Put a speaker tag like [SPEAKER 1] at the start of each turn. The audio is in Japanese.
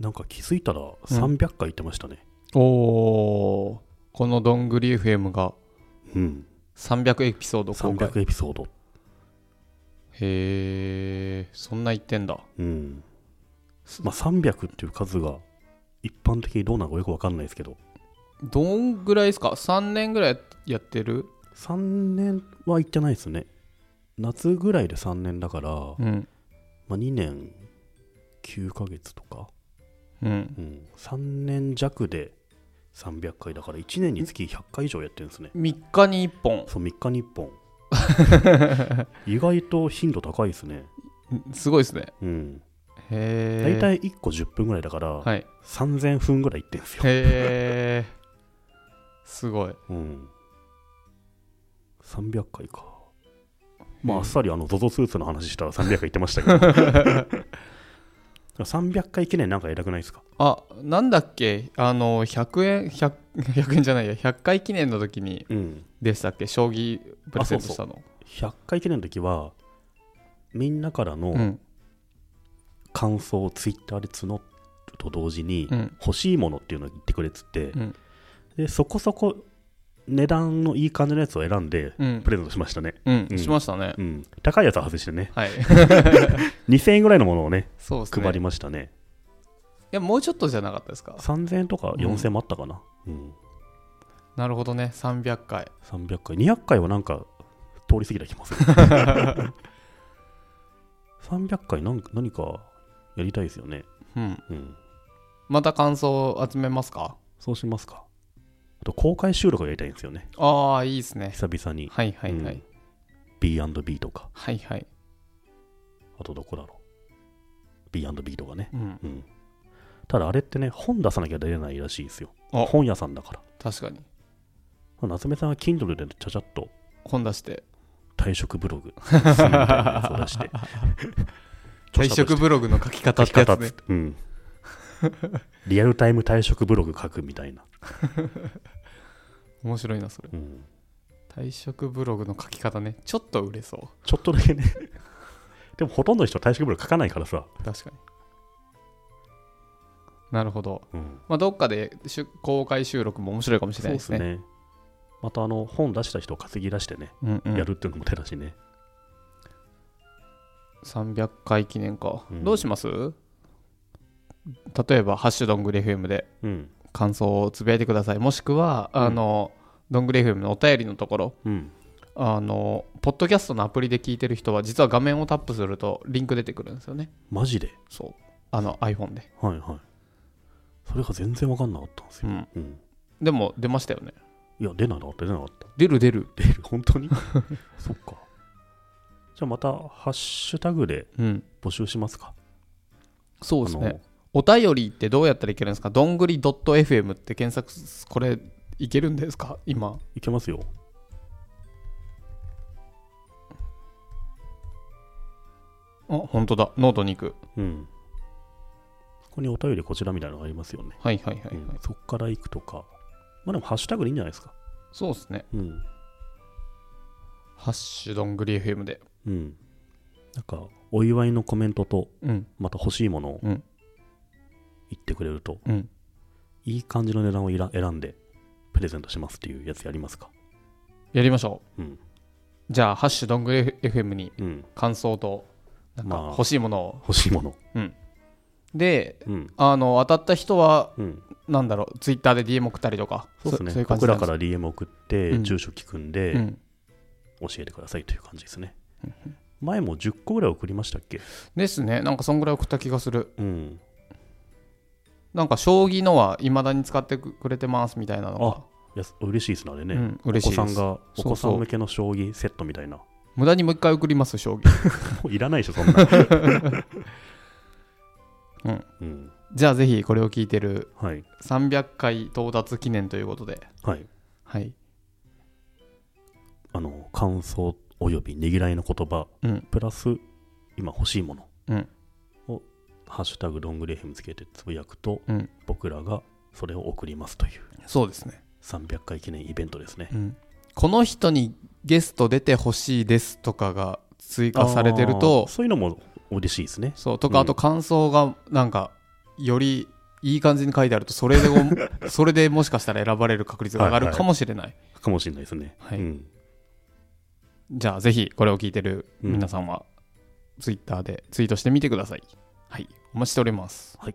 [SPEAKER 1] なんか気づいたら300回言ってましたね。
[SPEAKER 2] おおーこのどんぐり FM が
[SPEAKER 1] うん。
[SPEAKER 2] 300エピソード公開へ
[SPEAKER 1] 300エピソード。
[SPEAKER 2] えそんな言ってんだ
[SPEAKER 1] うん。まあ、300っていう数が一般的にどうなのかよくわかんないですけど、
[SPEAKER 2] どんぐらいですか3年ぐらいやってる
[SPEAKER 1] 3年は行ってないですね。夏ぐらいで3年だから、
[SPEAKER 2] うん
[SPEAKER 1] まあ、2年9ヶ月とか、
[SPEAKER 2] う
[SPEAKER 1] う
[SPEAKER 2] ん
[SPEAKER 1] ん、3年弱で300回だから1年につき100回以上やってるんですね。
[SPEAKER 2] 3日に1本
[SPEAKER 1] そう、3日に1本。 意外と頻度高いですね。
[SPEAKER 2] すごいですね
[SPEAKER 1] うん。
[SPEAKER 2] へ
[SPEAKER 1] 大
[SPEAKER 2] え
[SPEAKER 1] 体1個10分ぐらいだから、
[SPEAKER 2] はいへ
[SPEAKER 1] 3000分ぐらい行ってるんですよ。
[SPEAKER 2] えすごい
[SPEAKER 1] うん。300回か。まあ、あっさりあの、ZOZO スーツの話したら300回言ってましたけど。300回 記念なんか偉くないですか
[SPEAKER 2] あなんだっけあの100円 100, 100円じゃないや100回記念の時に
[SPEAKER 1] うん。
[SPEAKER 2] でしたっけ将棋プレゼントしたの
[SPEAKER 1] 100回記念の時は、みんなから
[SPEAKER 2] う
[SPEAKER 1] の
[SPEAKER 2] ん
[SPEAKER 1] 感想をツイッターで募ると同時に、
[SPEAKER 2] うん
[SPEAKER 1] 欲しいものっていうのを言ってくれっつって、
[SPEAKER 2] うん
[SPEAKER 1] で、そこそこ値段のいい感じのやつを選んで、
[SPEAKER 2] うん
[SPEAKER 1] プレゼントしましたね。
[SPEAKER 2] うん、
[SPEAKER 1] うん
[SPEAKER 2] しましたね、
[SPEAKER 1] うん。高いやつは外してね、
[SPEAKER 2] はい
[SPEAKER 1] 2000円ぐらいのものをね、
[SPEAKER 2] そうですね
[SPEAKER 1] 配りましたね。
[SPEAKER 2] いやもうちょっとじゃなかったですか
[SPEAKER 1] 3000円とか4000円もあったかな。うん
[SPEAKER 2] なるほどね300回
[SPEAKER 1] 300回200回はなんか通り過ぎた気もする 300回なんか何かやりたいですよね
[SPEAKER 2] うん
[SPEAKER 1] うん
[SPEAKER 2] また感想を集めますか
[SPEAKER 1] そうしますかあと公開収録がやりたいんですよね
[SPEAKER 2] ああいいですね
[SPEAKER 1] 久々に
[SPEAKER 2] はいはいはい、
[SPEAKER 1] うん B&B とか
[SPEAKER 2] はいはい
[SPEAKER 1] あとどこだろう B&B とかね
[SPEAKER 2] うん
[SPEAKER 1] うんただあれってね本出さなきゃ出れないらしいですよ
[SPEAKER 2] あ
[SPEAKER 1] 本屋さんだから
[SPEAKER 2] 確かに
[SPEAKER 1] まあ夏目さんは Kindle でちゃちゃっと
[SPEAKER 2] 本出して
[SPEAKER 1] 退職ブログみたいなやつを出して
[SPEAKER 2] 退職ブログの書き方ってやつね
[SPEAKER 1] うん、リアルタイム退職ブログ書くみたいな、
[SPEAKER 2] 面白いなそれ
[SPEAKER 1] うん
[SPEAKER 2] 退職ブログの書き方ねちょっと売れそ
[SPEAKER 1] ちょっとだけね でもほとんどの人は退職ブログ書かないからさ、
[SPEAKER 2] う確かになるほど
[SPEAKER 1] うん
[SPEAKER 2] まあどっかでしゅ公開収録も面白いかもしれ
[SPEAKER 1] そ
[SPEAKER 2] な
[SPEAKER 1] うで
[SPEAKER 2] いですす
[SPEAKER 1] ね
[SPEAKER 2] ね
[SPEAKER 1] またあの本出した人を稼ぎ出してね、
[SPEAKER 2] うんうん、
[SPEAKER 1] やるっていうのも手だしね
[SPEAKER 2] 300回記念か、
[SPEAKER 1] うん
[SPEAKER 2] どうします例えば「ハッシュドングレ FM」で
[SPEAKER 1] うん
[SPEAKER 2] 感想をつぶやいてくださいもしくはあの、どんぐり FM のお便りのところ
[SPEAKER 1] うん
[SPEAKER 2] あのポッドキャストのアプリで聞いてる人は実は画面をタップするとリンク出てくるんですよね
[SPEAKER 1] マジで
[SPEAKER 2] そうあの iPhone で
[SPEAKER 1] はいはいそれが全然分かんなかったんですよ、
[SPEAKER 2] うん
[SPEAKER 1] うん
[SPEAKER 2] でも出ましたよね
[SPEAKER 1] いや出なかった出なかった
[SPEAKER 2] 出る出る
[SPEAKER 1] 出る 本当に そっかじゃあまたハッシュタグで
[SPEAKER 2] うん
[SPEAKER 1] 募集しますか
[SPEAKER 2] そうです
[SPEAKER 1] あ
[SPEAKER 2] ね
[SPEAKER 1] の
[SPEAKER 2] お便りってどうやったらいけるんですかどんぐり .fm って検索すこれいけるんですか今
[SPEAKER 1] いけますよ
[SPEAKER 2] あ本当だノートに行く
[SPEAKER 1] うん。ここにお便りこちらみたいなのがありますよね。
[SPEAKER 2] はいはいはい、はい
[SPEAKER 1] うんそこから行くとか。まあでもハッシュタグでいいんじゃないですか。
[SPEAKER 2] そうですね
[SPEAKER 1] うん。
[SPEAKER 2] ハッシュドングリ FM で
[SPEAKER 1] うん。なんか、お祝いのコメントと、
[SPEAKER 2] うん
[SPEAKER 1] また欲しいものを
[SPEAKER 2] う
[SPEAKER 1] 言
[SPEAKER 2] ん
[SPEAKER 1] ってくれると、
[SPEAKER 2] うん
[SPEAKER 1] いい感じの値段をいら選んで、プレゼントしますっていうやつやりますか。
[SPEAKER 2] やりましょう
[SPEAKER 1] うん。
[SPEAKER 2] じゃあハッシュドングリ FM に
[SPEAKER 1] うん。
[SPEAKER 2] 感想となんか
[SPEAKER 1] まあ
[SPEAKER 2] 欲しいものを、
[SPEAKER 1] 欲しいもの。
[SPEAKER 2] で
[SPEAKER 1] うん。
[SPEAKER 2] あの当たった人は
[SPEAKER 1] うん。
[SPEAKER 2] なんだろうツイッターで DM 送ったりとか
[SPEAKER 1] そうですね。
[SPEAKER 2] そういう感じ
[SPEAKER 1] 僕
[SPEAKER 2] な
[SPEAKER 1] ら
[SPEAKER 2] ん
[SPEAKER 1] か
[SPEAKER 2] です
[SPEAKER 1] ら DM 送って、
[SPEAKER 2] うん
[SPEAKER 1] 住所聞くんで、
[SPEAKER 2] うん、
[SPEAKER 1] 教えてくださいという感じですね。前も10個ぐらい送りましたっけ
[SPEAKER 2] ですねなんかそんぐらい送った気がする
[SPEAKER 1] うん。
[SPEAKER 2] なんか将棋のはいまだに使ってくれてますみたいなのが
[SPEAKER 1] いや嬉しいですね、あれね。
[SPEAKER 2] うん、
[SPEAKER 1] お
[SPEAKER 2] 嬉
[SPEAKER 1] 子
[SPEAKER 2] しい
[SPEAKER 1] さ
[SPEAKER 2] で
[SPEAKER 1] ん
[SPEAKER 2] す
[SPEAKER 1] がお
[SPEAKER 2] そう
[SPEAKER 1] 子さ
[SPEAKER 2] そうん
[SPEAKER 1] 向けの将棋セットみたいな。 も
[SPEAKER 2] 無駄にもう一回送ります将棋
[SPEAKER 1] ういらないでしょ、そんな。
[SPEAKER 2] うん
[SPEAKER 1] うん
[SPEAKER 2] じゃあぜひこれを聞いてる
[SPEAKER 1] はい。
[SPEAKER 2] 300回到達記念ということで
[SPEAKER 1] はい。
[SPEAKER 2] はい
[SPEAKER 1] あの、感想およびねぎらいの言葉、
[SPEAKER 2] うん
[SPEAKER 1] プラス、今欲しいもの
[SPEAKER 2] うん
[SPEAKER 1] を、ハッシュタグロングレーヘムつけてつぶやくと、
[SPEAKER 2] うん
[SPEAKER 1] 僕らがそれを送りますという
[SPEAKER 2] そうですね、
[SPEAKER 1] 300回記念イベントですね。
[SPEAKER 2] うん、この人にゲスト出てほしいですとかが追加されてると
[SPEAKER 1] あーそういうのも嬉しいですね。
[SPEAKER 2] そうとか、
[SPEAKER 1] うん
[SPEAKER 2] あと感想がなんかよりいい感じに書いてあるとそれ でおそれでもしかしたら選ばれる確率が上がるかもしれない、
[SPEAKER 1] かもしれないですね。
[SPEAKER 2] はい
[SPEAKER 1] うん、
[SPEAKER 2] じゃあぜひこれを聞いてる皆さんは、ツイッターでツイートしてみてくださいはいお待ちしております
[SPEAKER 1] はい